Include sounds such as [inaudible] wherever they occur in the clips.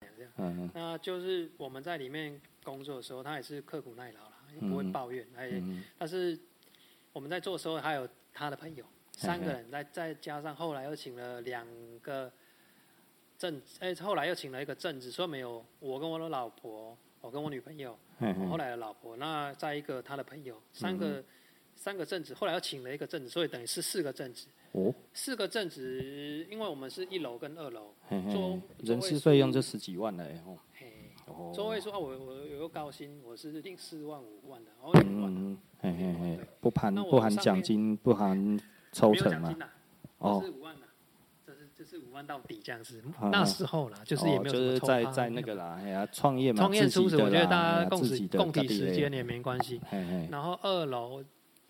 这样。嗯嗯那就是我们在里面工作的时候，他也是刻苦耐劳啦，也不会嗯抱怨，他也嗯但是我们在做的时候，还有他的朋友三个人，再再加上后来又请了两个政，哎、后来又请了一个政治，所以没有我跟我的老婆，我跟我女朋友，嘿嗯我后嘿，来的老婆，那再一个他的朋友，三个、三个政治，后来又请了一个政治，所以等于是四个政治，哦，四个政治，因为我们是一楼跟二楼，嘿嘿做，人做事位费用就十几万了哎吼，嘿，哦，周位说、啊、我我我有个高薪，我是定四万五万的，然后五万，嗯，嗯嘿嘿嘿对，不含那我不含上奖面金，不含抽没有成奖嘛金，呐、哦这是五万呐、这是这是五万到底这样子嗯啊。那时候啦，就是也哦，没有就什么是抽在趴在没那有个啦，哎呀，创业嘛，创业自己初始，我的觉得啦大哎家呀共自时己的共家哎体己时的间也没关系。嘿嘿，然后二楼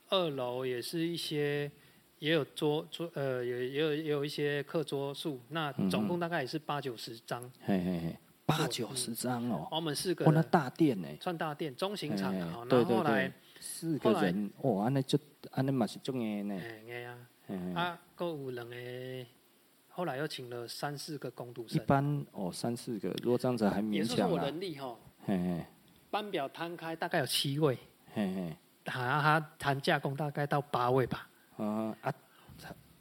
二楼也是一些也有桌桌呃也也有也有一些课桌数，那总嗯共大概也是八九十张。嘿嘿嘿，八做九嗯十张哦，哦我们四个哇，那人大店呢？算大店中型场嘿啊嘿好，对然后对后对来，四个后来人，哦，安尼就安尼嘛是中诶呢，哎哎呀嘿嘿啊，够有两个，后来又请了三四个工读一生，般哦三四个，如果这样子还也勉是说强我啦，能力哈，嘿嘿班表摊开大概有七位。嘿嘿，啊，他谈价工大概到八位吧。啊啊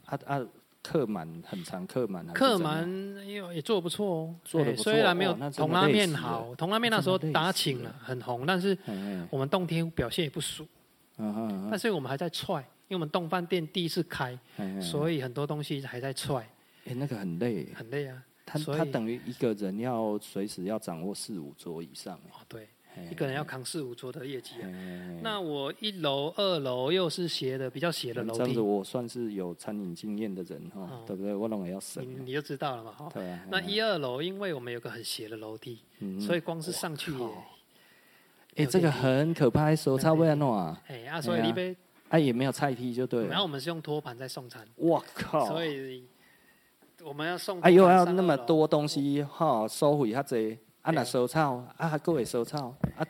啊啊，客满很长，客满还是客怎样满也也做得不错哦，做得哎不错虽然没有哦那真的同拉累面死了好，同拉面那时候真的累打死请了了，很红，但是嘿嘿，我们洞天表现也不俗，嗯哼但是我们还在踹，因为我们洞饭店第一次开，嗯哼，所以很多东西还在踹，哎那个很累，很累啊。他所他以等于一个人要随时要掌握四五桌以上，欸哦，对，嘿一个人要扛四五桌的业绩嘿啊。嘿嘿那我一楼、二楼又是斜的，比较斜的楼嗯这样梯子，我算是有餐饮经验的人哈，哦对不对？我拢也要省啊你，你就知道了嘛。哦对啊。那一二楼，因为我们有个很斜的楼梯，所以光是上去也嗯靠哎，这个很可怕，手差不安诺啊，哎啊，所以哎呀你被，哎也没有菜批就对然后了。我们是用托盘在送餐，我靠！所以我们要送。哎又要那么，多东西哈，收回较济，啊那收草啊，各位收草啊，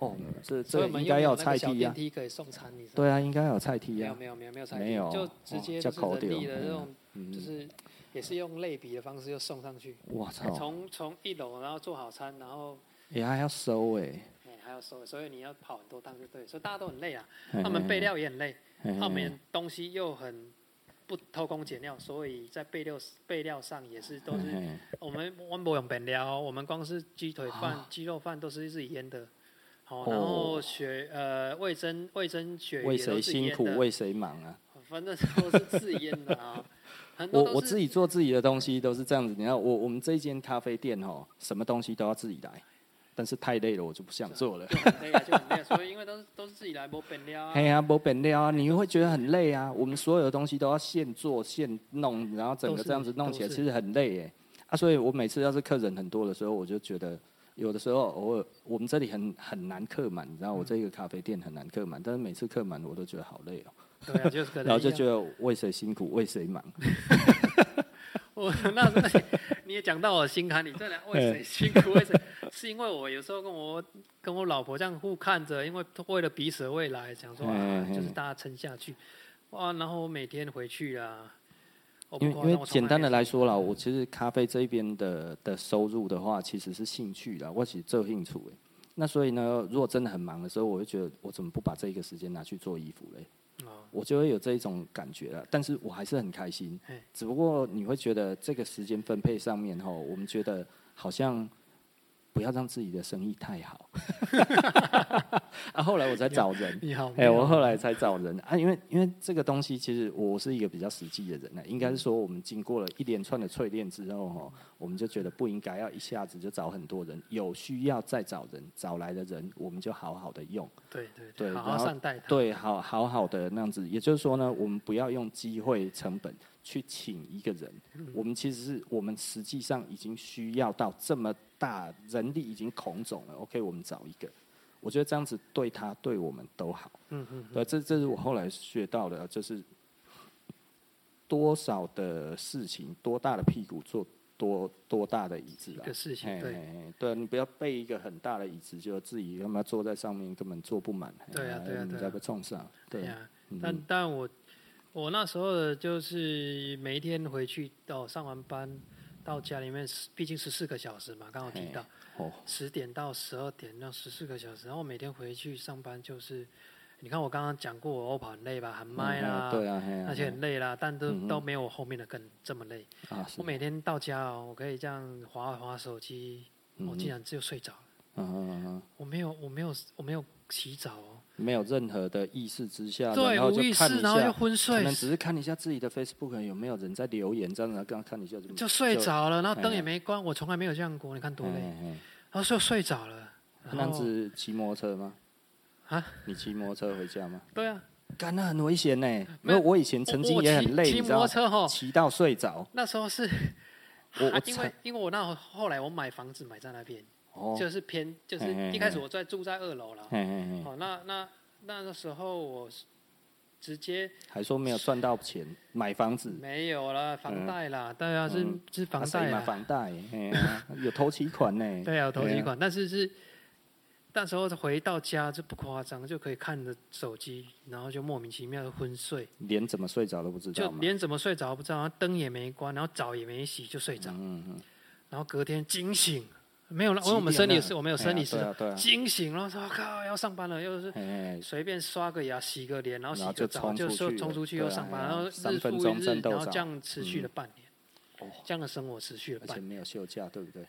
哦，这所以这我们用应该那要个有菜小批电啊，梯可以送餐，你知道吗？对啊，应该要有菜批没有啊，没有没有没有菜梯，没有就直接哦就这是口人力丢的这种，嗯就是也是用类比的方式就送上去，我操，从从一楼然后做好餐，然后也还要收哎，哎还要收，所以你要跑很多趟就对，所以大家都很累啊，嘿他们备，料也很累，嘿嘿澳嘿门东西又很不偷工减料，所以在备料备料上也是都嘿是嘿我们我们不用本料哦，我们光是鸡腿饭啊、鸡肉饭都是自己腌的。好哦，然后雪呃味增味增雪为也都谁是辛腌苦的，为谁忙啊？反正都是自腌的 [laughs] 啊。很多我都我是自己做自己的东西都是这样子。你看我我们这一间咖啡店哦，什么东西都要自己来，但是太累了，我就不想做了。就很累啊，就很累啊，所以因为都是都是自己来，没本料啊嘿。呀、啊，没本料啊，你会觉得很累啊。我们所有的东西都要现做现弄，然后整个这样子弄起来，都是其实很累耶。啊，所以我每次要是客人很多的时候，我就觉得有的时候偶尔我们这里很很难客满，你嗯知道我这个咖啡店很难客满，但是每次客满我都觉得好累哦，对啊，就是可能然后一就样觉得为谁辛苦为谁忙。我 [laughs] 那时候你也讲到我心坎里，真的为谁辛苦 [laughs] 为谁？是因为我有时候跟我跟我老婆这样互看着，因为为了彼此的未来，想说嗯啊嗯，就是大家撑下去哇。然后我每天回去啊，我不因为夸因张为我从简单的没来说啦，我其实咖啡这边的的收入的话，其实是兴趣啦，我其实做兴趣诶。那所以呢，如果真的很忙的时候，我会觉得我怎么不把这个时间拿去做衣服嘞？哦我就会有这一种感觉了。但是我还是很开心嘿，只不过你会觉得这个时间分配上面吼，我们觉得好像不要让自己的生意太 [laughs] 好。啊，后来我才找人，你好，你哎、好我后来才找人啊，因为因为这个东西，其实我是一个比较实际的人呢、应该是说我们经过了一连串的淬炼之后，哈，我们就觉得不应该要一下子就找很多人，有需要再找人，找来的人我们就好好的用，对对对对，好然好后善待他，对，好好好的那样子。也就是说呢，我们不要用机会成本去请一个人，嗯我们其实是我们实际上已经需要到这么大人力已经孔肿了，OK，我们找一个。我觉得这样子对他对我们都好。嗯嗯，对，这这是我后来学到的，就是多少的事情，多大的屁股坐多多大的椅子一啊个。事情嘿对。嘿嘿对，你不要背一个很大的椅子，就自己他妈坐在上面根本坐不满。嘿对啊对啊你对啊才不冲上。对，呀，嗯但但我我那时候的就是每一天回去哦，上完班到家里面是，毕竟十四个小时嘛，刚好提到哦，十点到十二点，那十四个小时，然后每天回去上班就是，你看我刚刚讲过，我欧跑很累吧，喊麦啦，嗯对啊，嘿啊而且很累啦，但都、嗯哼都没有我后面的更这么累。嘿啊，是我，每天到家哦，我可以这样划划手机，我竟然就睡着了。嗯哼嗯哼，我没有，我没有，我没有洗澡哦，没有任何的意识之下，对，啊然后无就意看识，一然后就下，昏可睡能，只是看一下自己的 Facebook 有没有人在留言，这样子刚看一下就就睡着了，然后灯哎也呀没关，我从来没有这样过，你看多累，嘿嘿然后就睡着了。然嗯那样后子骑摩托车吗？啊？你骑摩托车回家吗？对啊，干，那很危险呢。没没有有，我以前曾经我也骑很累，骑你知摩托道，车哈，骑到睡着。那时候是，我啊 [laughs] 我因为因为我那后后来我买房子买在那边，哦，就是偏就是嘿嘿嗯一开始嘿我在住在二楼了，嘿嘿嘿，哦，那那那个时候我是直接还说没有赚到钱买房子，没有了房嗯贷啦，对啊是嗯是啊房谁贷买啦，房贷，嘿 [laughs] 啊有头期款呢。对啊有投对期啊款，但是是那时候回到家就不夸张，就可以看着手机，然后就莫名其妙的昏睡，啊连怎么睡着都不知就道嘛。连怎么睡着不知道，然后灯也没关，然后澡也没洗就睡着，嗯嗯，然后隔天惊醒，没有了，因为几我们点生理了是我们有嘿生啊理时对啊对啊，惊醒了，说靠要上班了，又是嘿嘿随便刷个牙、洗个脸，然后洗然后个就澡，冲就出说去冲了出去对又啊上班，哎呀然后三日分复一钟日，战斗然后这澡样持续了半年，哦这样的生活持续了而半且年，没有休假，对不对？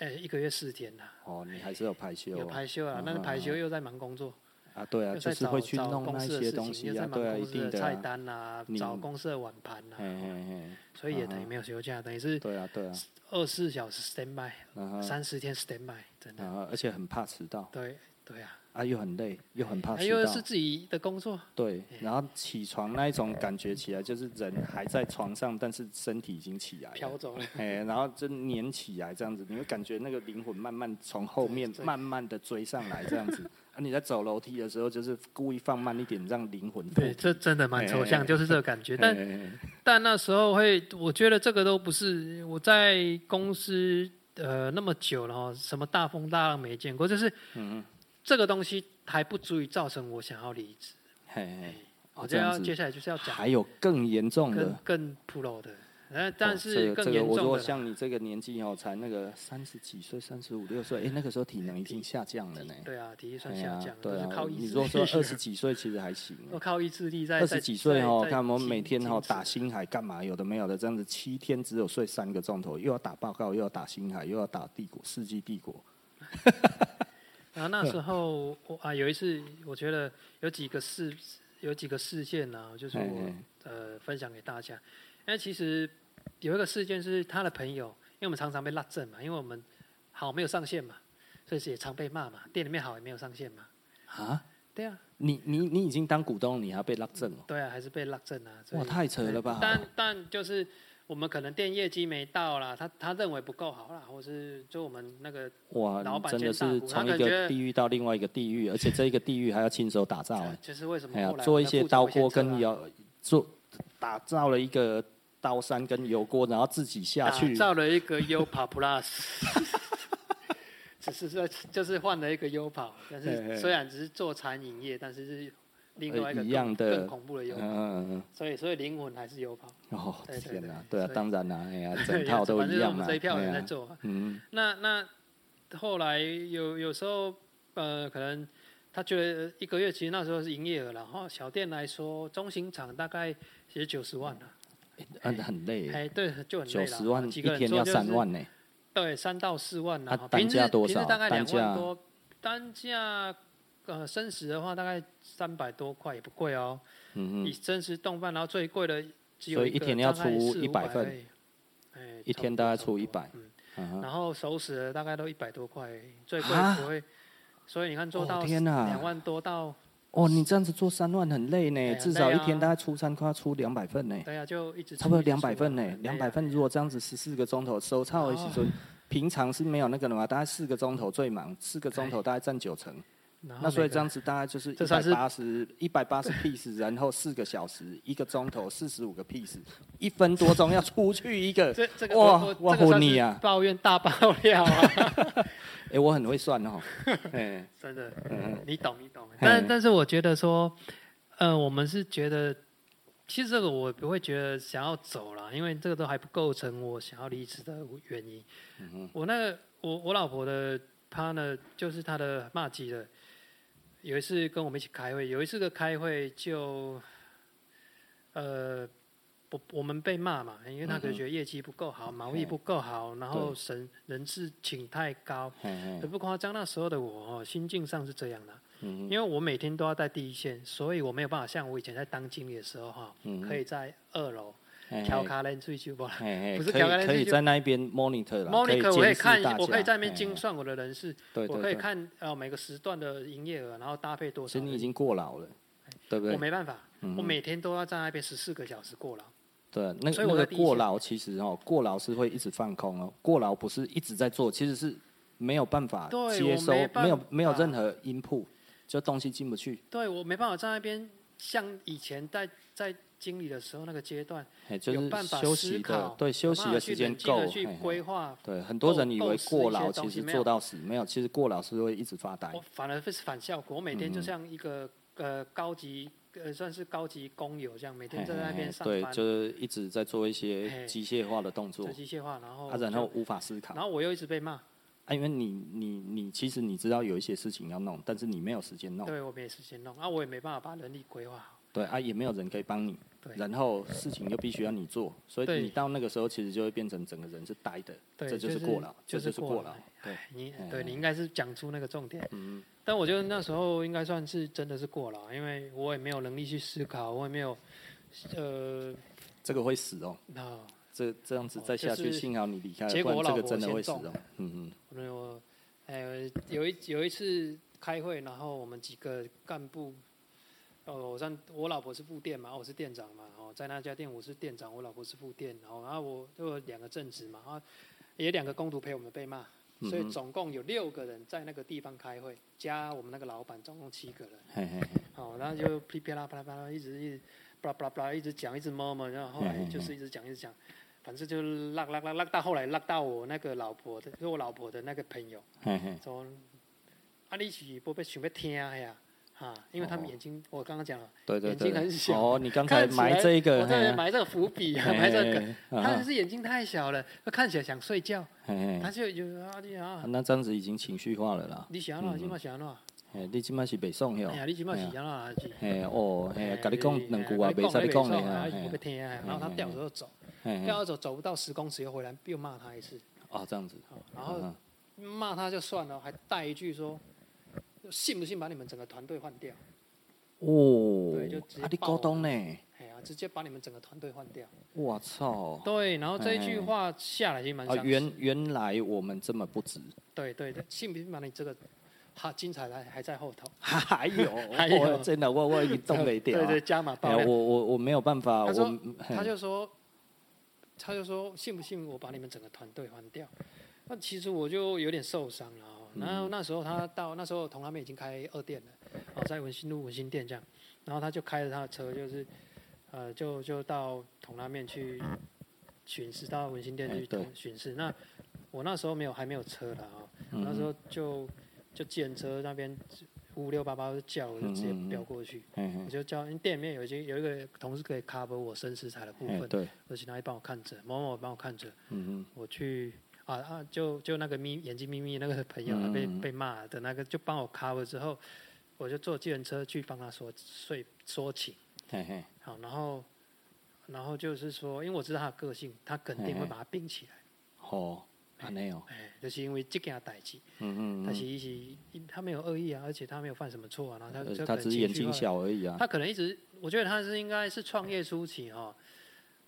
哎，一个月四天呐，哦，你还是有排休有哦排休啊嗯，但是嗯排嗯休又在忙工作，啊？对啊，又就在是找会去找弄公那司些的事东情，又西在啊，忙对啊，一公司定的的菜啊。单啊，你找公司的碗盘嘿啊，嘿嘿，所以也嗯等于嗯没有休假，等于是对啊对啊，二十四小时 stand by，然后三十天 stand by，真的，然啊后而且很怕迟到对对啊，啊，又很累，又很怕哎迟又到是。哎自己的工作，对，然后起床那一种感觉起来，就是人还在床上，但是身体已经起来飘了，走了，哎，然后就粘起来这样子，你会感觉那个灵魂慢慢从后面对对慢慢的追上来这样子。 [laughs] 啊，你在走楼梯的时候，就是故意放慢一点，让灵魂对，这真的蛮哎抽象，就是这个感觉，但。但那时候会，我觉得这个都不是我在公司呃那么久了哈，什么大风大浪没见过，就是嗯这个东西还不足以造成我想要离职。嘿嘿，我哦就这样要子接下来就是要讲还有更严重更的。更 pro 的，呃，但哦是这个更这个严我如重果的啦。像你这个年纪哦，才那个三十几岁、三十五六岁，哎，那个时候体能已经下降了呢。对啊，体力算哎下呀降，，都对是啊靠，意你志如果 [laughs] 说二力，十几岁其实还行啊，都靠意志力在。二在十几岁哦，在看我们在每天哦坚持打星海干嘛？有的没有的，这样子七天只有睡三个钟头，又要打报告，又要打星海，又要打帝国世纪帝国。然后那时候我啊有一次，我觉得有几个事有几个事件呢、啊，就是嘿我嘿呃分享给大家。因为其实有一个事件是他的朋友，因为我们常常被落阵嘛，因为我们好没有上线嘛，所以也常被骂嘛。店里面好也没有上线嘛，啊，对啊，你你你已经当股东，你还被拉正哦？对啊，还是被落阵啊。所以哇，太扯了吧！但但就是我们可能店业绩没到啦，他他认为不够好啦，或是就我们那个哇，老你板真的兼大是股从他一感觉个地狱到另外一个地狱，而且这一个地狱还要亲手打造哎。就是为什么哎呀后，来我做们一的副些总刀会先锅撤啊啦跟油做，打造了一个刀山跟油锅，然后自己下打去。啊造了一个 U [laughs] 跑 Plus，只是说就是换了一个 U 跑，但嘿嘿是虽然只是做餐饮业，但是是另呃外一个一样更的更恐怖的 U，嗯嗯嗯，所以所以灵魂还是 U 跑，哦对对天哪对，对啊，所以当然啦，哎 [laughs] 呀， [laughs] 整反套正都一是我样们嘛，这一票人哎在呀做啊。嗯。那那后来有有时候呃，可能他觉得一个月其实那时候是营业额啦，然后小店来说，中型厂大概也九十万了，嗯，很累，哎，对，就很累九了，十万一几个人天做要就是三万呢。对，三到四万呢、啊哈单平价日多平日少大概两单万价多，单价呃生食的话大概三百多块也不贵哦。嗯以嗯，生食冻饭，然后最贵的只有所以一一个天要大概出400 100份而已，哎，一差不天多大概差不出多100嗯，嗯哼然后熟食的大概都一百多块，最贵啊不会。所以你看做哦到天哪两万多到，哦，你这样子做三万很累哎呢，很至累少一啊天大概出餐快要出两百份呢，对呀、就一直哎差不多出一直两百出份啊很呢，累啊哦两百份如果这样子十四个钟头收操的时候，平常是没有那个的嘛，大概四个钟头最忙，四个钟头大概占九成，哎然后那所以每个这样子大概就是这一算百是八十一百 [laughs] 八十 piece，然后四个小时一个钟头四十五个 piece，一分多钟要出去一 [laughs] 个，这这个哇我哇这个唬算你是啊抱怨大爆料啊，哎，我很会算哦，哎。真的。嗯你懂，你懂。但嘿但是我觉得说，呃，我们是觉得其实这个我不会觉得想要走了，因为这个都还不构成我想要离职的原因。嗯我那个我我老婆的她呢，就是她的骂鸡的，有一次跟我们一起开会，有一次个开会就，呃，不我们被骂嘛，因为嗯她可能觉得业绩不够好，毛利不够好，然后神人事请太高，嘿嘿，很不夸张。那时候的我哦，心境上是这样的，嗯因为我每天都要在第一线，所以我没有办法像我以前在当经理的时候哈，嗯可以在二楼嘿调嘿卡来追究吧。嘿嘿不是可调开以来可是以就在那一边 monitor 啦 Monica，我可监以视看大，我可以家在那边嘿精算我的人事，对对我可以对看呃每个时段的营业额，然后搭配多其少实你人。已经过劳了，对不我对？没办法，嗯我每天都要在那边十四个小时过劳。对，啊那所以个我那在个第一过线劳其实哦，过劳是会一直放空哦，过劳不是一直在做，其实是没有办法对接我收没，办没有没有法任何 input，就东西进不去，对我没办法在那边像以前在在经理的时候那个阶段，嘿，就有是办法休思息考的，，对，休有息办法的去时间冷静够地，嘿去嘿规划。对，很多构人以构为思过一些劳东其西实没做有到死，没有，其实过劳是会一直发呆我。反而是反效果。我每天嗯就像一个、呃高级呃算是高级工友这样，每嘿天在那嘿边嘿上哎对，班，就是一直在做一嘿些机械化的动作做，机械化，然后啊，然哦就后无法思考然，后我又一直被骂，啊，因为你你你其实你知道有一些事情要弄，但是你没有时间弄，对我没时间弄，啊我也没办法把人力规划好，对啊，也没有人可以帮你，对然后事情又必须要你做，所以对你到那个时候其实就会变成整个人是呆的，对，这就是过劳，就这就是是过劳，对，哎你嗯对你应该是讲出那个重点，嗯，但我觉得那时候应该算是真的是过劳，因为我也没有能力去思考，我也没有呃这个会死哦，那。这这样子哦再就下去，是幸好你离开结了，不果然我老这个婆真的先会死中哦，嗯嗯，我我，呃，有一有一次开会，然后我们几个干部，哦，我上我老婆是副店嘛，我是店长嘛，哦，在那家店我是店长，我老婆是副店，然后然后我就有两个正职嘛，啊，也两个工读陪我们被骂，所嗯以哼总共有六个人在那个地方开会，加我们那个老板，总共七个人。嘿嘿嘿，哦，然后就噼噼啦啪啦啪啦，一直一直，巴拉巴拉巴拉，一直讲，一直摸摸，然后后来就是一直讲，一直讲，反正就拉拉拉拉到后来拉到我那个老婆的，就是我老婆的那个朋友，嘿嘿，说，啊，你是不被想要听的呀？啊，因为他们哦眼睛，我刚刚讲了，对对眼睛很对，小哦，你刚才看起埋来这一个，我这嘿边啊埋这个伏笔啊，嘿埋 [laughs] 这个嘿，嘿他啊只是眼睛太小了，看起来想睡觉，嘿他嘿，就就啊你啊，那这样子已经情绪化了啦，你想哪，嗯今晚想哪，嘿，你即摆是北宋哟哎。呀，你今晚是嘿想哪是？嘿哦，嘿，甲你讲两句话，哎袂使你讲的啊，啊，你哎不嘿被听啊。然后他掉头就走，嘿，嘿掉头走走不到十公尺又回来，又骂他一次，哦，这样子，哦然后嗯骂他就算了，还带一句说。信不信把你们整个团队换掉？哦对就直，接啊，你爆股东呢？哎呀，直接把你们整个团队换掉。我操！对，然后这一句哎话下来其实蛮啊伤，心。原原来我们这么不值，对对对，信不信把你这个哈精彩还还在后头。还 [laughs] 有， [laughs] 还有我哎真的我我已经动了一点对啊对，，加码哎爆呀料。我我我没有办法，他说我他嘿就说，他就说信不信我把你们整个团队换掉？那其实我就有点受伤了哦。嗯然后那时候他到那时候同他们已经开二店了，哦，在文心路文心店这样，然后他就开着他的车，就是呃，就就到同拉面去巡视，到文心店哎去对同巡视。那我那时候没有还没有车了哦，嗯那时候就就见车那边五六八八就叫我，就直接嗯嗯嗯飙过去。嘿我嘿就叫因为店里面有一些有一个同事可以 cover 我生食材的部哎分，对，我请他帮我看着，某某帮我看着，嗯我去啊啊，就就那个眯眼睛眯眯那个朋友、啊、被嗯被骂的那个，就帮我 cover 之后，我就坐计程车去帮他说说说情，哼，嘿嘿，好，然后然后就是说，因为我知道他的个性，他肯定嘿会嘿把它并起来，好，安尼哦，哎，就是因为这件代志，嗯他嗯其实是他没有恶意啊，而且他没有犯什么错啊，然后他嗯，就呃可他能只是情眼绪睛化小而已啊，他可能一直，我觉得他是应该是创业初期哈、哦，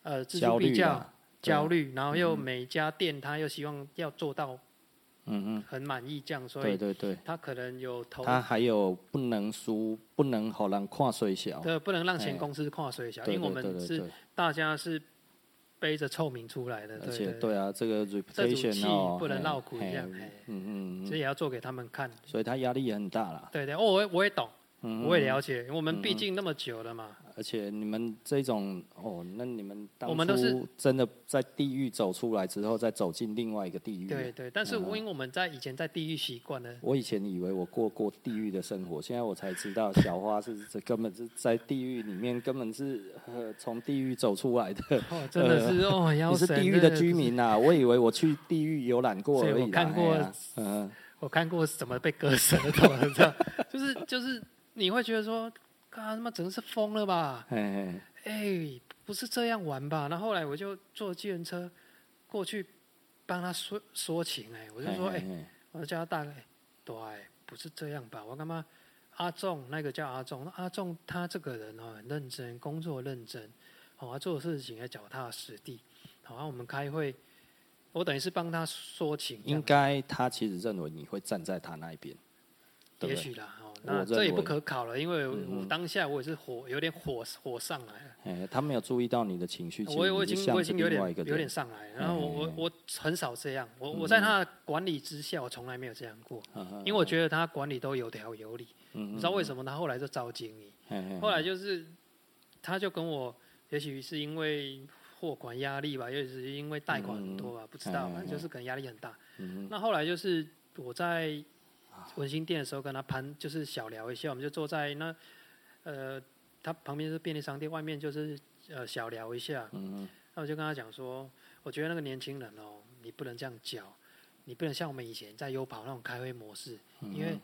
呃，锱焦铢必虑较啊，对啊焦虑，然后又每家店他又希望要做到嗯嗯，很满意这样，所对以对对，他可能有投，他还有不能输，不能互人看水小，对，不能让前哎公司跨水小，对因为我对对们对是对。大家是背着臭名出来的，而对且对对啊，这个这赌 reputation 气哦，不能嘿绕骨一嘿样，嗯哎，嗯嗯所以也要做给他们看，所以他压力也很大啦。对对，哦，我也我也懂，嗯我也了解，因为我们毕竟那么久了嘛。而且你们这种哦，那你们当我们都是初真的在地狱走出来之后，再走进另外一个地狱。对对，但是嗯因为我们在以前在地狱习惯了，我以前以为我过过地狱的生活，现在我才知道小花是这根本是在地狱里面，根本是呃从地狱走出来的。哦，真的是哦，要呃 [laughs] 你是神地狱的居，民呐、我以为我去地狱游览过而所以已啦。我看过哎呀嗯，我看过怎么被割舌头的，这样就是就是你会觉得说，啊他妈真是疯了吧？嘿嘿，哎，不是这样玩吧？然后后来我就坐计程车过去帮他说说情，哎，我就说，嘿哎，嘿嘿我就叫他大概，对，不是这样吧？我干嘛？阿仲那个叫阿仲，那阿仲他这个人哦很认真，工作认真，好、哦，他做事情也脚踏实地。好、啊，我们开会，我等于是帮他说情，这样应该他其实认为你会站在他那一边，对也不对？许啦，哦，我那认这也不为可考了，因为我嗯我嗯当下我也是火，有点火火上来了，哎，他没有注意到你的情绪，其实我我已你是经我已像是经有另点外一个有点人。上来了，然后我我嗯嗯嗯嗯我很少这样，我我在他的管理之下，我从来没有这样过，因因为我觉得他管理都有条有理，你你知道为什么他后来就招经理，么后来就是他就跟我，也许是因为货款压力吧，也许是因为贷款很多吧，不知道，嗯嗯反正就是可能压力很大，嗯啊那后来就是我在文心店的时候跟他攀，就是小聊一下，我们就坐在那，呃，他旁边是便利商店，外面就是呃小聊一下。嗯那我就跟他讲说，我觉得那个年轻人哦，你不能这样教，你不能像我们以前在优跑那种开会模式，嗯因为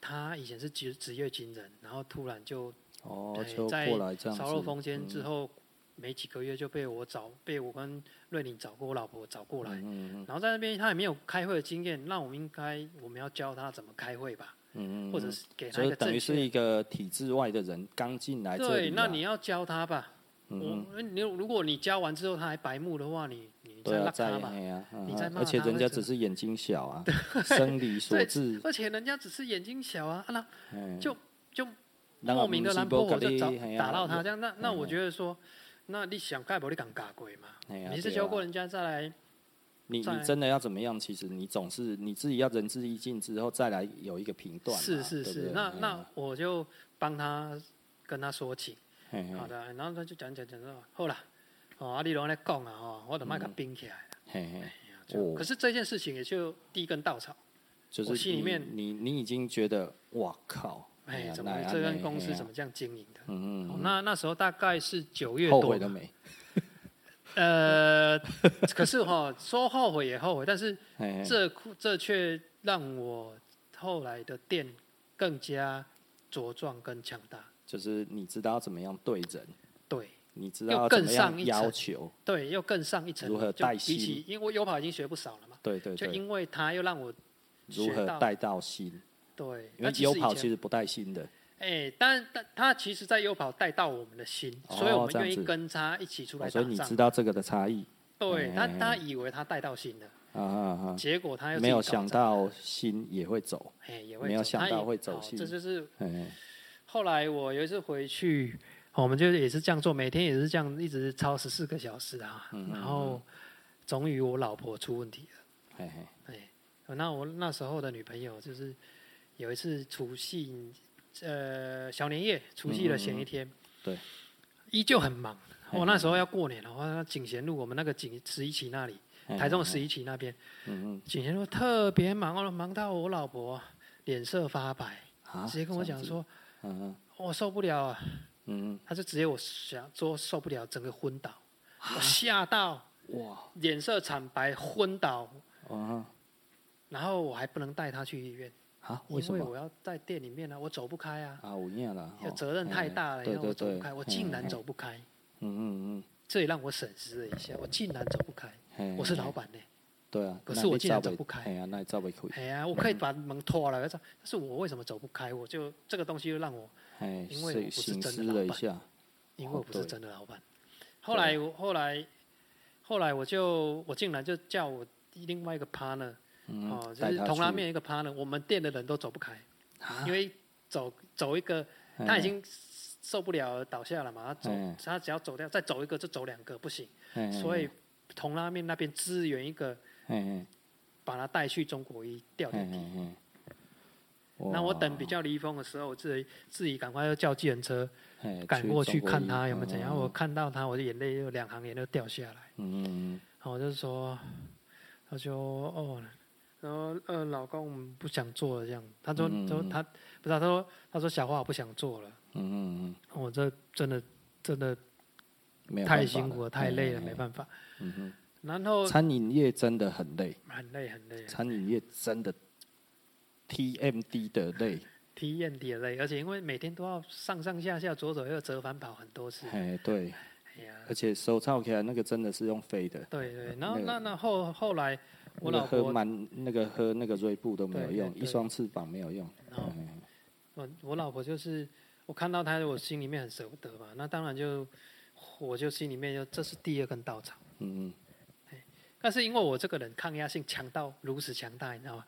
他以前是职职业军人，然后突然就哦哎，就在过来这样烧肉子，嗯风间之后，没几个月就被我找，被我跟瑞玲找过，我老婆找过来。嗯嗯然后在那边他也没有开会的经验，那我们应该我们要教他怎么开会吧，嗯嗯，或者是给他所一以个等于正是确。一个体制外的人刚进来这对，里啊，那你要教他吧。嗯我你如果你教完之后他还白目的话，你你对再啊，拉在他吧。哎呀，嗯你在嗯骂而且他人会家怎只是眼睛小啊，生理 [laughs] 所对致，而且人家只是眼睛小啊，啊那哎就就咱也莫名不的是兰没波我跟就你找哎呀打到他这样，那那嗯我嗯觉得说，那你想盖不你敢嘎鬼嘛？哎呀你是对教啊过人家再来，你在你真的要怎么样？其实你总是你自己要仁至义尽之后，再来有一个评断嘛。是是对不是，对嗯那那我就帮他跟他说情。嘿嘿好的，然后他就讲讲讲说，好啦，哦，阿丽龙来讲啊，哦，我得卖给他冰起来了。嘿嘿，哎呀就嗯哦可是这件事情也就第一根稻草，就是我心里你面你你已经觉得哇靠，哎，呀啊怎么那这样间呢公司嘿怎哎呀么这样经营的？嗯哦嗯那那时候大概是九月后多悔吧了，没？呃，可是哈， [laughs] 说后悔也后悔，但是嘿嘿这这却让我后来的店更加茁壮跟强大，就是你知道怎么样对人，对。你知又道更怎么样上一要层求，对，又更上一层，如何就带比起薪因为我有跑已经学不少了嘛，对对就对，因为他又让我如学何到带到心？对，因为其优实以跑其前实不带心的，哎，但但他其实，在优跑带到我们的心，哦所以我们这样愿意子跟他一起出来哦打所以仗。你知道这个的差异对他哎哎，哎他以为他带到心了，啊啊结果他啊！又没有自己搞想砸，到心也会走，哎，也会没有走想他到也会走哦心这就是嘿嘿后来我有一次回去，哦我们就也是这样做，每天也是这样，一直超十四个小时啊。嗯然后，终于我老婆出问题了。嘿嘿。哦那我那时候的女朋友就是有一次除夕，呃，小年夜除夕的嗯前一天，对，依旧很忙。嘿我那时候要过年了，我那景贤路我们那个景十一期那里，台中十一，一期那边，嗯嗯景贤路特别忙哦，忙到我老婆脸色发白，啊直接跟我这样讲子说嗯嗯：“我受不了啊，嗯他就直接我想说受不了，整个昏倒，我吓到嗯，啊哇，脸色惨白，昏倒，啊然后我还不能带他去医院，啊，为因什为么我要在店里面呢、啊，我走不开啊，啊？我念了，有哦责任太大了，哎因对为我对哎走不对，开，我嘿竟然，嘿走不开，嗯嗯这也让我审视了一下，我竟然走不开，嗯，嘿我是嘿老板呢、对啊，可那是我你竟然照走不不开哎呀，那你照不开，哎呀，我可以把门拖了，但是我为什么走不开？我就这个东西就让我，哎，因为我不是是醒真的思老了一板下，因为我不是哦对真的老板。后来我后来后来我就我竟然就叫我另外一个 partner。嗯，哦，就带是他同拉去面一个 partner，我们店的人都走不开，啊因为走走一个他已经受不了了倒下了嘛，他走、嗯他只要走掉，再走一个就走两个不行，嘿所以同拉面那边支援一个，嘿嘿把他带去中国医吊嘿点嘿滴。嘿，那我等比较离峰的时候，我自己自己赶快要叫计程车嘿赶过去中国看医他有没有怎样。嗯我看到他，我的眼泪就两行眼泪掉下来。嗯，然后我就说，他就哦，然后呃，老公我们不想做了这样。他说，嗯嗯他说嗯他不是，他说他说小花我不想做了。嗯嗯嗯，我这真的真的没有太办法辛苦了，太累了，嘿没办法。嗯哼。然后餐饮业真的很累，很累很累，餐饮业真的 TMD 的累，体验也累，而且因为每天都要上上下下、左左右右折返跑很多次。哎，对，哎呀，而且手操起来那个真的是用飞的，对对，然后哎那个那那后后来我那个老喝婆蛮那个喝那个锐步都没有对用，对一双翅膀没有用，然后嗯我我老婆就是我看到她，我心里面很舍不得嘛，那当然就我就心里面就这是第二根稻草。嗯，但是因为我这个人抗压性强到如此强大，你知道吗？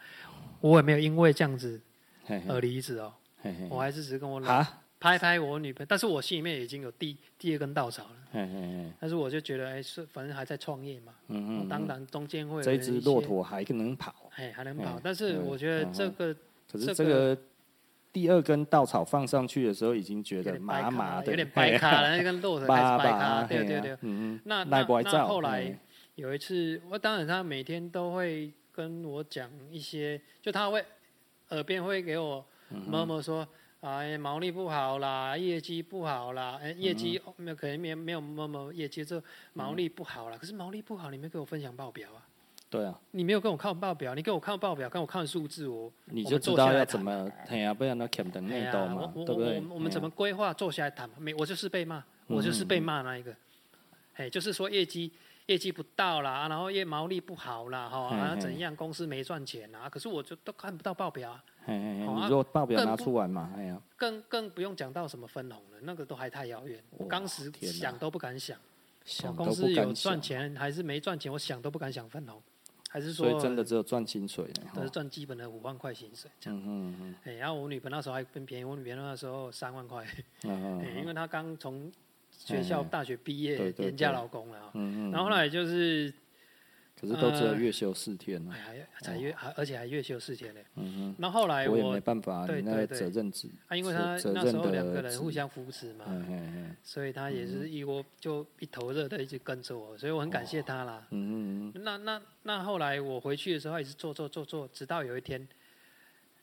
我也没有因为这样子嘿嘿而离职哦，嘿嘿，我还是只跟我老啊，拍拍我女朋友，但是我心里面已经有第第二根稻草了。嘿嘿嘿，但是我就觉得，哎，是反正还在创业嘛，哦嗯嗯，当嗯然中间会有这一一些只骆，驼还能跑，哎，还能跑哎。但是对我觉得嗯这嗯个可是这这个个第二根稻草放上去的时候，已经觉有得点白麻咖麻了的，哎有点白咖了，那跟骆驼开巴始白巴咖，，对对对嘿啊。嗯那嗯，那耐不挨那照，后来嘿有一次，我当然他每天都会跟我讲一些，就他会耳边会给我嗯默默说。哎，毛利不好啦，业绩不好啦，哎，嗯业绩哦没有，可能没有没有那么业绩，这毛利不好啦。可是毛利不好，你没给我分享报表啊？对啊，你没有跟我看报表，你给我看报表，跟我看数字，我你我就们知坐道下来要谈怎么，哎呀，不然那砍等哎内呀斗我嘛，我对不我对嗯我？们我们哎怎么规划？坐下来谈嘛。没，我就是被骂，我就是被骂那一个。哎，就是说业绩业绩不到啦，然后业毛利不好啦，哈，嘿啊嘿怎样，公司没赚钱啊。可是我就都看不到报表啊，嘿嘿嘿，好你啊如果报表更拿不出来嘛，哎呀，更更不用讲到什么分红了，那个都还太遥远。我哇当时天哪想都不敢想，哦想公都司不有敢赚想，钱还是没赚钱，我想都不敢想分红，还是所说以真的只有赚薪水呢。都哈是赚基本的五万块薪水这样。嗯嗯嗯哎，然后我女朋友那时候还更便宜，我女朋友那时候三万块。嗯欸嗯因为她刚从学校嗯大学毕对业，对廉价对老公了啊、嗯嗯，然后后来就是，可是都只有呃月休四天呢哎，。还才月，还而且还月休四天嘞。嗯然后后来嗯，我也我没，办法，对你那对个对责任制，啊，因为责他责那时任候的两个人制互相扶持嘛，嗯嗯所以他也是一窝就一头热的一直跟着我，所以我很感谢他啦。嗯嗯那那那后来我回去的时候，一直做做做做，直到有一天，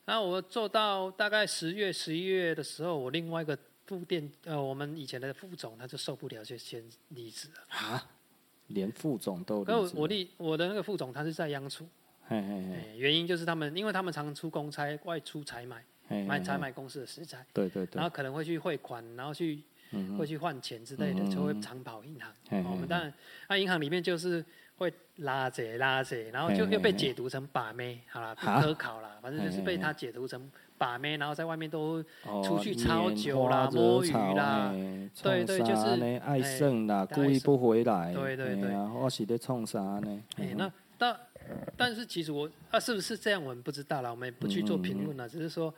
然后我做到大概十月十一月的时候，我另外一个副店呃，我们以前的副总他就受不了，就先离职了。啊，连副总都可离我职我了，嗯弟我的那个副总他是在央厨，嘿嘿嘿哎原因就是他们，因为他们常出公差，外出采买，嘿，买嘿采嘿买公司的食材，对对对然，后可能会去汇款，然后去嗯会去换钱之类的，嗯就会嗯嗯常跑银行。嘿哦我嘿们嘿当然，那银行里面就是会拉着拉着，然后嘿就嘿又被嘿解读成把妹，好啦，不哈可考啦，反正就是被他解读成把妹，然后在外面都哦出去抄酒啦拈花惹摸鱼草啦嘿对对创啥就是呢爱哎胜啦，爱故意胜不回来，对对嘿对啊，我是在冲啥呢？哎，嗯那但但是其实我啊，是不是这样我们不知道啦，我们也不去做评论啊嗯了，只是说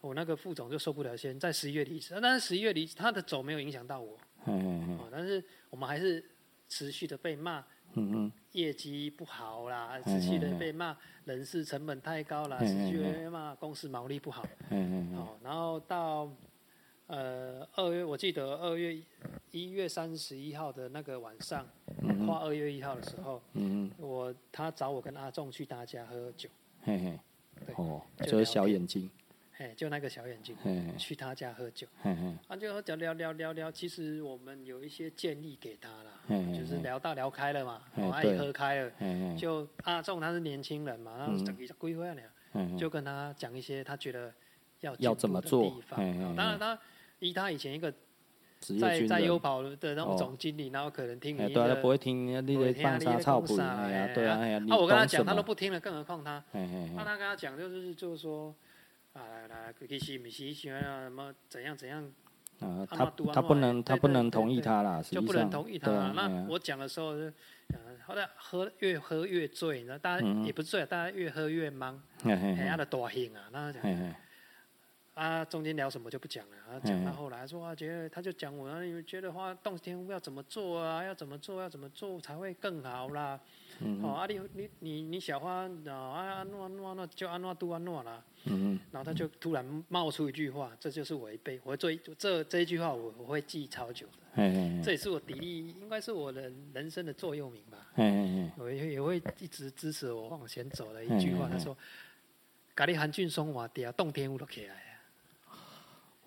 我那个副总就受不了，先在十一月离职，啊但是十一月离职他的走没有影响到我嘿嘿嘿哦，但是我们还是持续的被骂。嗯嗯。业绩不好啦，嗯持续的嗯嗯被骂，人事成本太高啦，嗯持续嗯地嗯被骂公司毛利不好，嗯嗯哦，然后到呃二月，我记得二月一月三十一号的那个晚上，跨二月一号的时候，嗯，我他找我跟阿仲去他家喝酒，嘿嘿对，哦，就就是了小解眼睛，哎，就那个小眼睛嘿嘿去他家喝酒，嘿嘿，啊，就喝酒聊聊聊聊，其实我们有一些建议给他啦，嘿嘿就是嘿聊到聊开了嘛，嘿我爱对喝开了，嘿嘿就阿仲他是年轻人嘛，然后嗯整个规划了。嘿嘿，就跟他讲一些他觉得要进步要怎么的做地方嘿嗯嘿啊嘿当然他以他以前一个职业在军在优人，跑的那种哦总经理，然后可能听你哎，一对啊，他不个，会听你不会的听啊放你在沙草讲埔，啥哎哎呀，对啊，哎呀，你啊我跟他懂讲什他都么？嗯不听了，更何况他，嘿嘿啊那嘿，他跟他讲就是就是说。啊，来来，其实不是喜欢啊，什么怎样怎样，啊，阿他妈读他阿不嬷对能他不对能对同意对他啦，实就际不能上同意他对了啊。哎呀那我讲的时候就，呃后来喝越喝越醉，你知道，大家嗯嗯也不醉，大家越喝越懵，嘿嘿哎，嘿他的大兴啊，那他讲嘿嘿，啊，中间聊什么就不讲了。然后讲嗯到后来，他说啊，觉得他就讲我，啊你们觉得话动天要怎么做啊？要怎么做？要怎么做才会更好啦？嗯哦，啊你你你你小花啊啊诺诺诺就安诺都安诺啦。嗯然后他就突然冒出一句话，这就是违背我最这这一句话我我会记超久的，嘿嘿这也是我砥砺，应该是我的人生的座右铭吧。嘿嘿我也也会一直支持我往前走的一句话，嗯嗯嗯他说：“咖喱韩俊松瓦迪啊，洞天乌都起来啊。”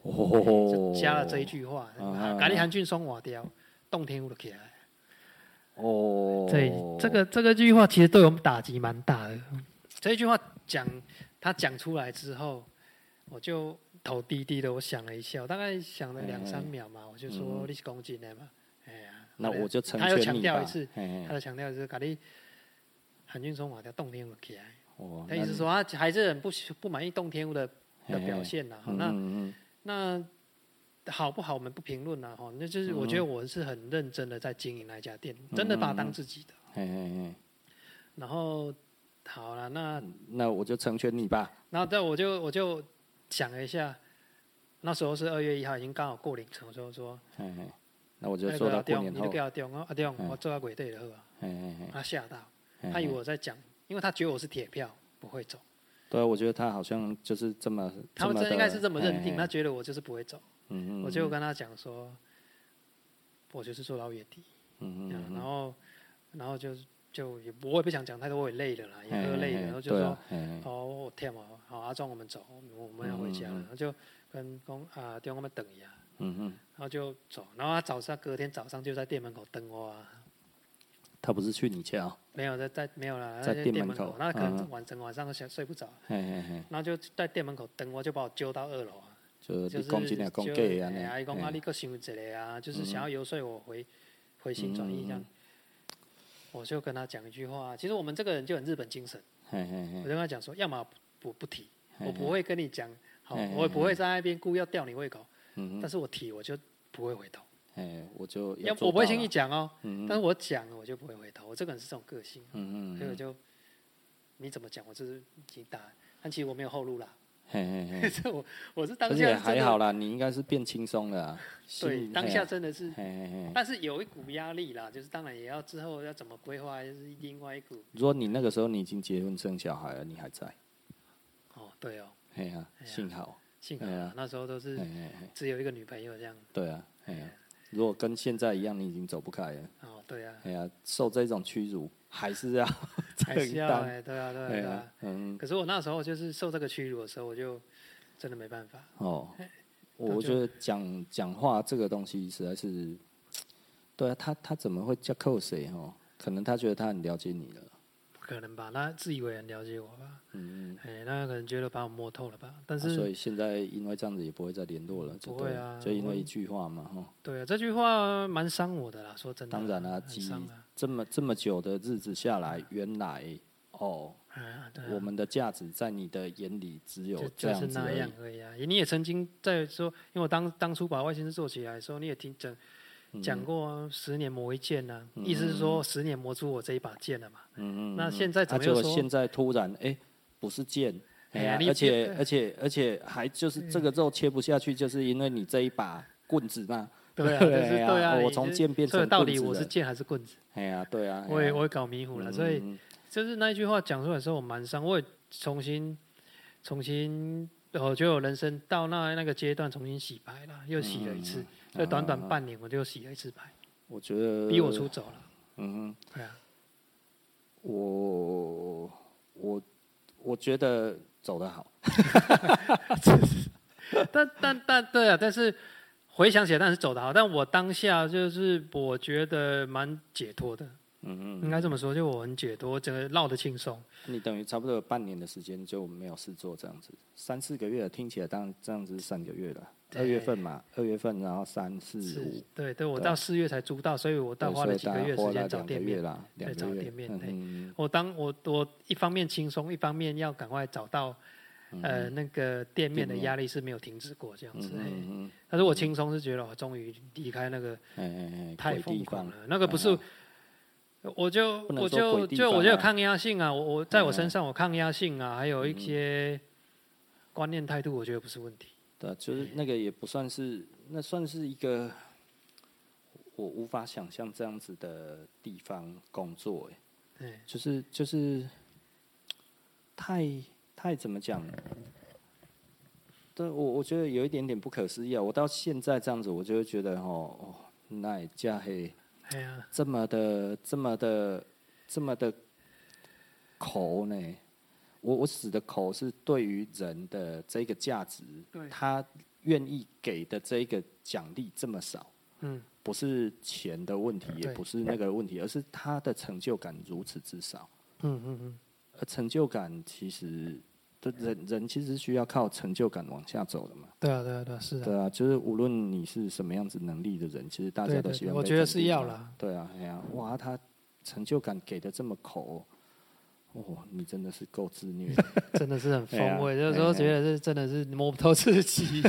哦就，加了这一句话，嗯啊咖喱韩俊松瓦雕，洞天乌的起来。哦，这这个这个句话其实对我们打击蛮大的。这一句话讲他讲出来之后，我就头低低的，我想了一下，我大概想了两三秒嘛，我就说嗯你是公斤的嘛，哎呀，那我嗯就成他又全强你调吧一次，嘿嘿他的强调就是咖喱韩俊松瓦雕，洞天乌的起来。哦他意思说他还是很不喜不满意洞天乌的的表，现呐、好那那。嗯嗯那好不好，我们不评论了哈。那就是我觉嗯得我是很认真的在经营那一家店，真的把它当自己的。嗯嘿嘿嘿，然后好了，那那我就成全你吧，然后但我就我就想了一下，那时候是二月一号，已经刚好过凌晨，我就说哎嘿嘿，那我就那说个到阿过丁，年你就后，给阿丁，我阿丁，嗯啊我做到鬼队了，好吧？嘿嘿嘿他吓到，嘿，他以为我在讲，因为他觉得我是铁票，不会走。对啊，我觉得他好像就是这么，他们么真应该是这么认嘿嘿定，他觉得我就是不会走。嗯嗯，我就跟他讲说，我就是做到月底。啊嗯嗯嗯然后然后就就也我也不想讲太多，我也累了啦，也嘿喝嘿累了，嘿然后就对说啊嘿嘿哦，我天嘛，好阿壮，我们走，我我们要回家了，嗯嗯嗯然后就跟公啊，弟兄我们等一下，嗯嗯，然后就走，然后他早上隔天早上就在店门口等我啊，他不是去你家哦，没有在在没有啦，在在店店门门口口，那可嗯嗯能晚整晚上都想睡不着，嘿嘿嘿，然后就在店门口等我，就把我揪到二楼啊。就就是你讲斤两讲就给啊，哎呀，伊讲啊，嘿嗯你搁想一个啊，就是想要游说我回回心转意这样。我就跟他讲一句话，其实我们这个人就很日本精神，嘿嘿我嘿就跟他讲说，要么我不提，嗯嘿，我不会跟你讲，好，嘿嘿我也不会在那边故意要吊你胃口，嗯但嗯，是我提我就不会回头，哎，我就要做我不会到轻了易，讲哦，嗯但嗯是我讲了我就不会回头，我这个人是这种个性，啊嗯嗯所以我就你怎么讲，我就是已经打，但其实我没有后路啦，嘿嘿 [laughs] 嘿。这我我是当嗯而下且是真还的好啦，你应该是变轻松了啊。心对里当嘿下啊真的是嘿嘿嘿，但是有一股压力啦，就是当然也要之后要怎么规划，就是另外一股如果你那个时候你已经结婚生小孩了，你还在，哦，对哦，嘿呀、哎呀幸好，幸好对啦啊那时候都嘿是嘿嘿，只有一个女朋友这样，对啊，嘿呀、如果跟现在一样，你已经走不开了，哦，对啊，哎呀、受这种屈辱还是要 [laughs] 还是承要担，哎，对啊，对啊，哎对呀、啊。嗯，可是我那时候就是受这个屈辱的时候，我就真的没办法，哦，那我觉就得讲讲话这个东西实在是，对啊，他他怎么会叫扣谁哦？可能他觉得他很了解你了，啊不可能吧？那自以为很了解我吧？嗯，嗯哎，那可能觉得把我摸透了吧？但啊所是，以现在因为这样子也不会再联络了，就不会对了啊就因我为一句话嘛，哦哈、对啊，这句话蛮伤我的啦，说真的。当然啦、很几伤啊。这么这么久的日子下来，原来哦，啊，对啊我们的价值在你的眼里只有就就这是样子那而样已。而已啊。你也曾经在说，因为我当当初把外星人做起来的时候，你也听讲嗯讲过、啊“十年磨一剑”呐，意思是说十年磨出我这一把剑 [laughs] 了嘛。嗯嗯。那嗯现在啊怎么结又果说现在突然哎、不是剑，哎哎呀呀、你而且你而且而且还就是这个肉切不下去，就是因为你这一把棍子嘛。对啊， [laughs] 对就是啊对啊，我你从就剑变所以成到棍底子我是了剑还是棍子？哎呀、对啊，我也哎呀我也搞迷糊了。所以嗯就是那一句话讲出来的时候，我蛮伤，我也重新重新。我觉得我人生到那那个阶段重新洗牌了，又洗了一嗯次，所以短啊短半年我就洗了一次牌，我觉得逼我出走了。嗯哼。对啊，我我我觉得走得好，但但但对啊，但是回想起来，但是走得好。但我当下就是我觉得蛮解脱的，嗯嗯，应该这么说，就我很解脱，整个闹得轻松。你等于差不多有半年的时间就没有事做，这样子，三四个月，听起来当然这样子是三个月了。对二月份嘛，二月份，然后三四五，是，对对，我对啊到四月才租到，所以我到对花所了以几大个概月花时了间找两个店月面。啦，对两找个月店面嗯对嗯我当我我一方面轻松，一方面要赶快找到呃那个店面的嗯店面压力是没有停止过这样嗯子。嘿嗯嗯但是我轻松是觉得我哦终于离开那个嗯，哎哎哎，太鬼疯地狂方，了，那个不是哎，我就不能我说就鬼地就方我就有啊抗压性啊，我我在我嗯身上我抗压性啊，还有一嗯些观念态度，我觉得不是问题。对啊，就是那个也不算是，那算是一个我无法想象这样子的地方工作，哎，对，就是就是太太怎么讲？对我我觉得有一点点不可思议啊！我到现在这样子，我就会觉得哦哦，那加黑哎呀，这么的这么的这么的口呢？我我指的口是对于人的这个价值对，他愿意给的这个奖励这么少，嗯，不是钱的问题，也对不是那个问题，而是他的成就感如此之少。嗯嗯嗯，而成就感其实，对人人其实需要靠成就感往下走的嘛。对啊，对啊，对啊，是的，对啊，就是无论你是什么样子能力的人，其实大家对都对希对望我被觉得肯是定要嘛啦。对啊，哎呀、哇，他成就感给的这么口，哦，你真的是够自虐的。 [laughs] 真的是很哎呀风味，有时候觉得是真的是摸不透自己。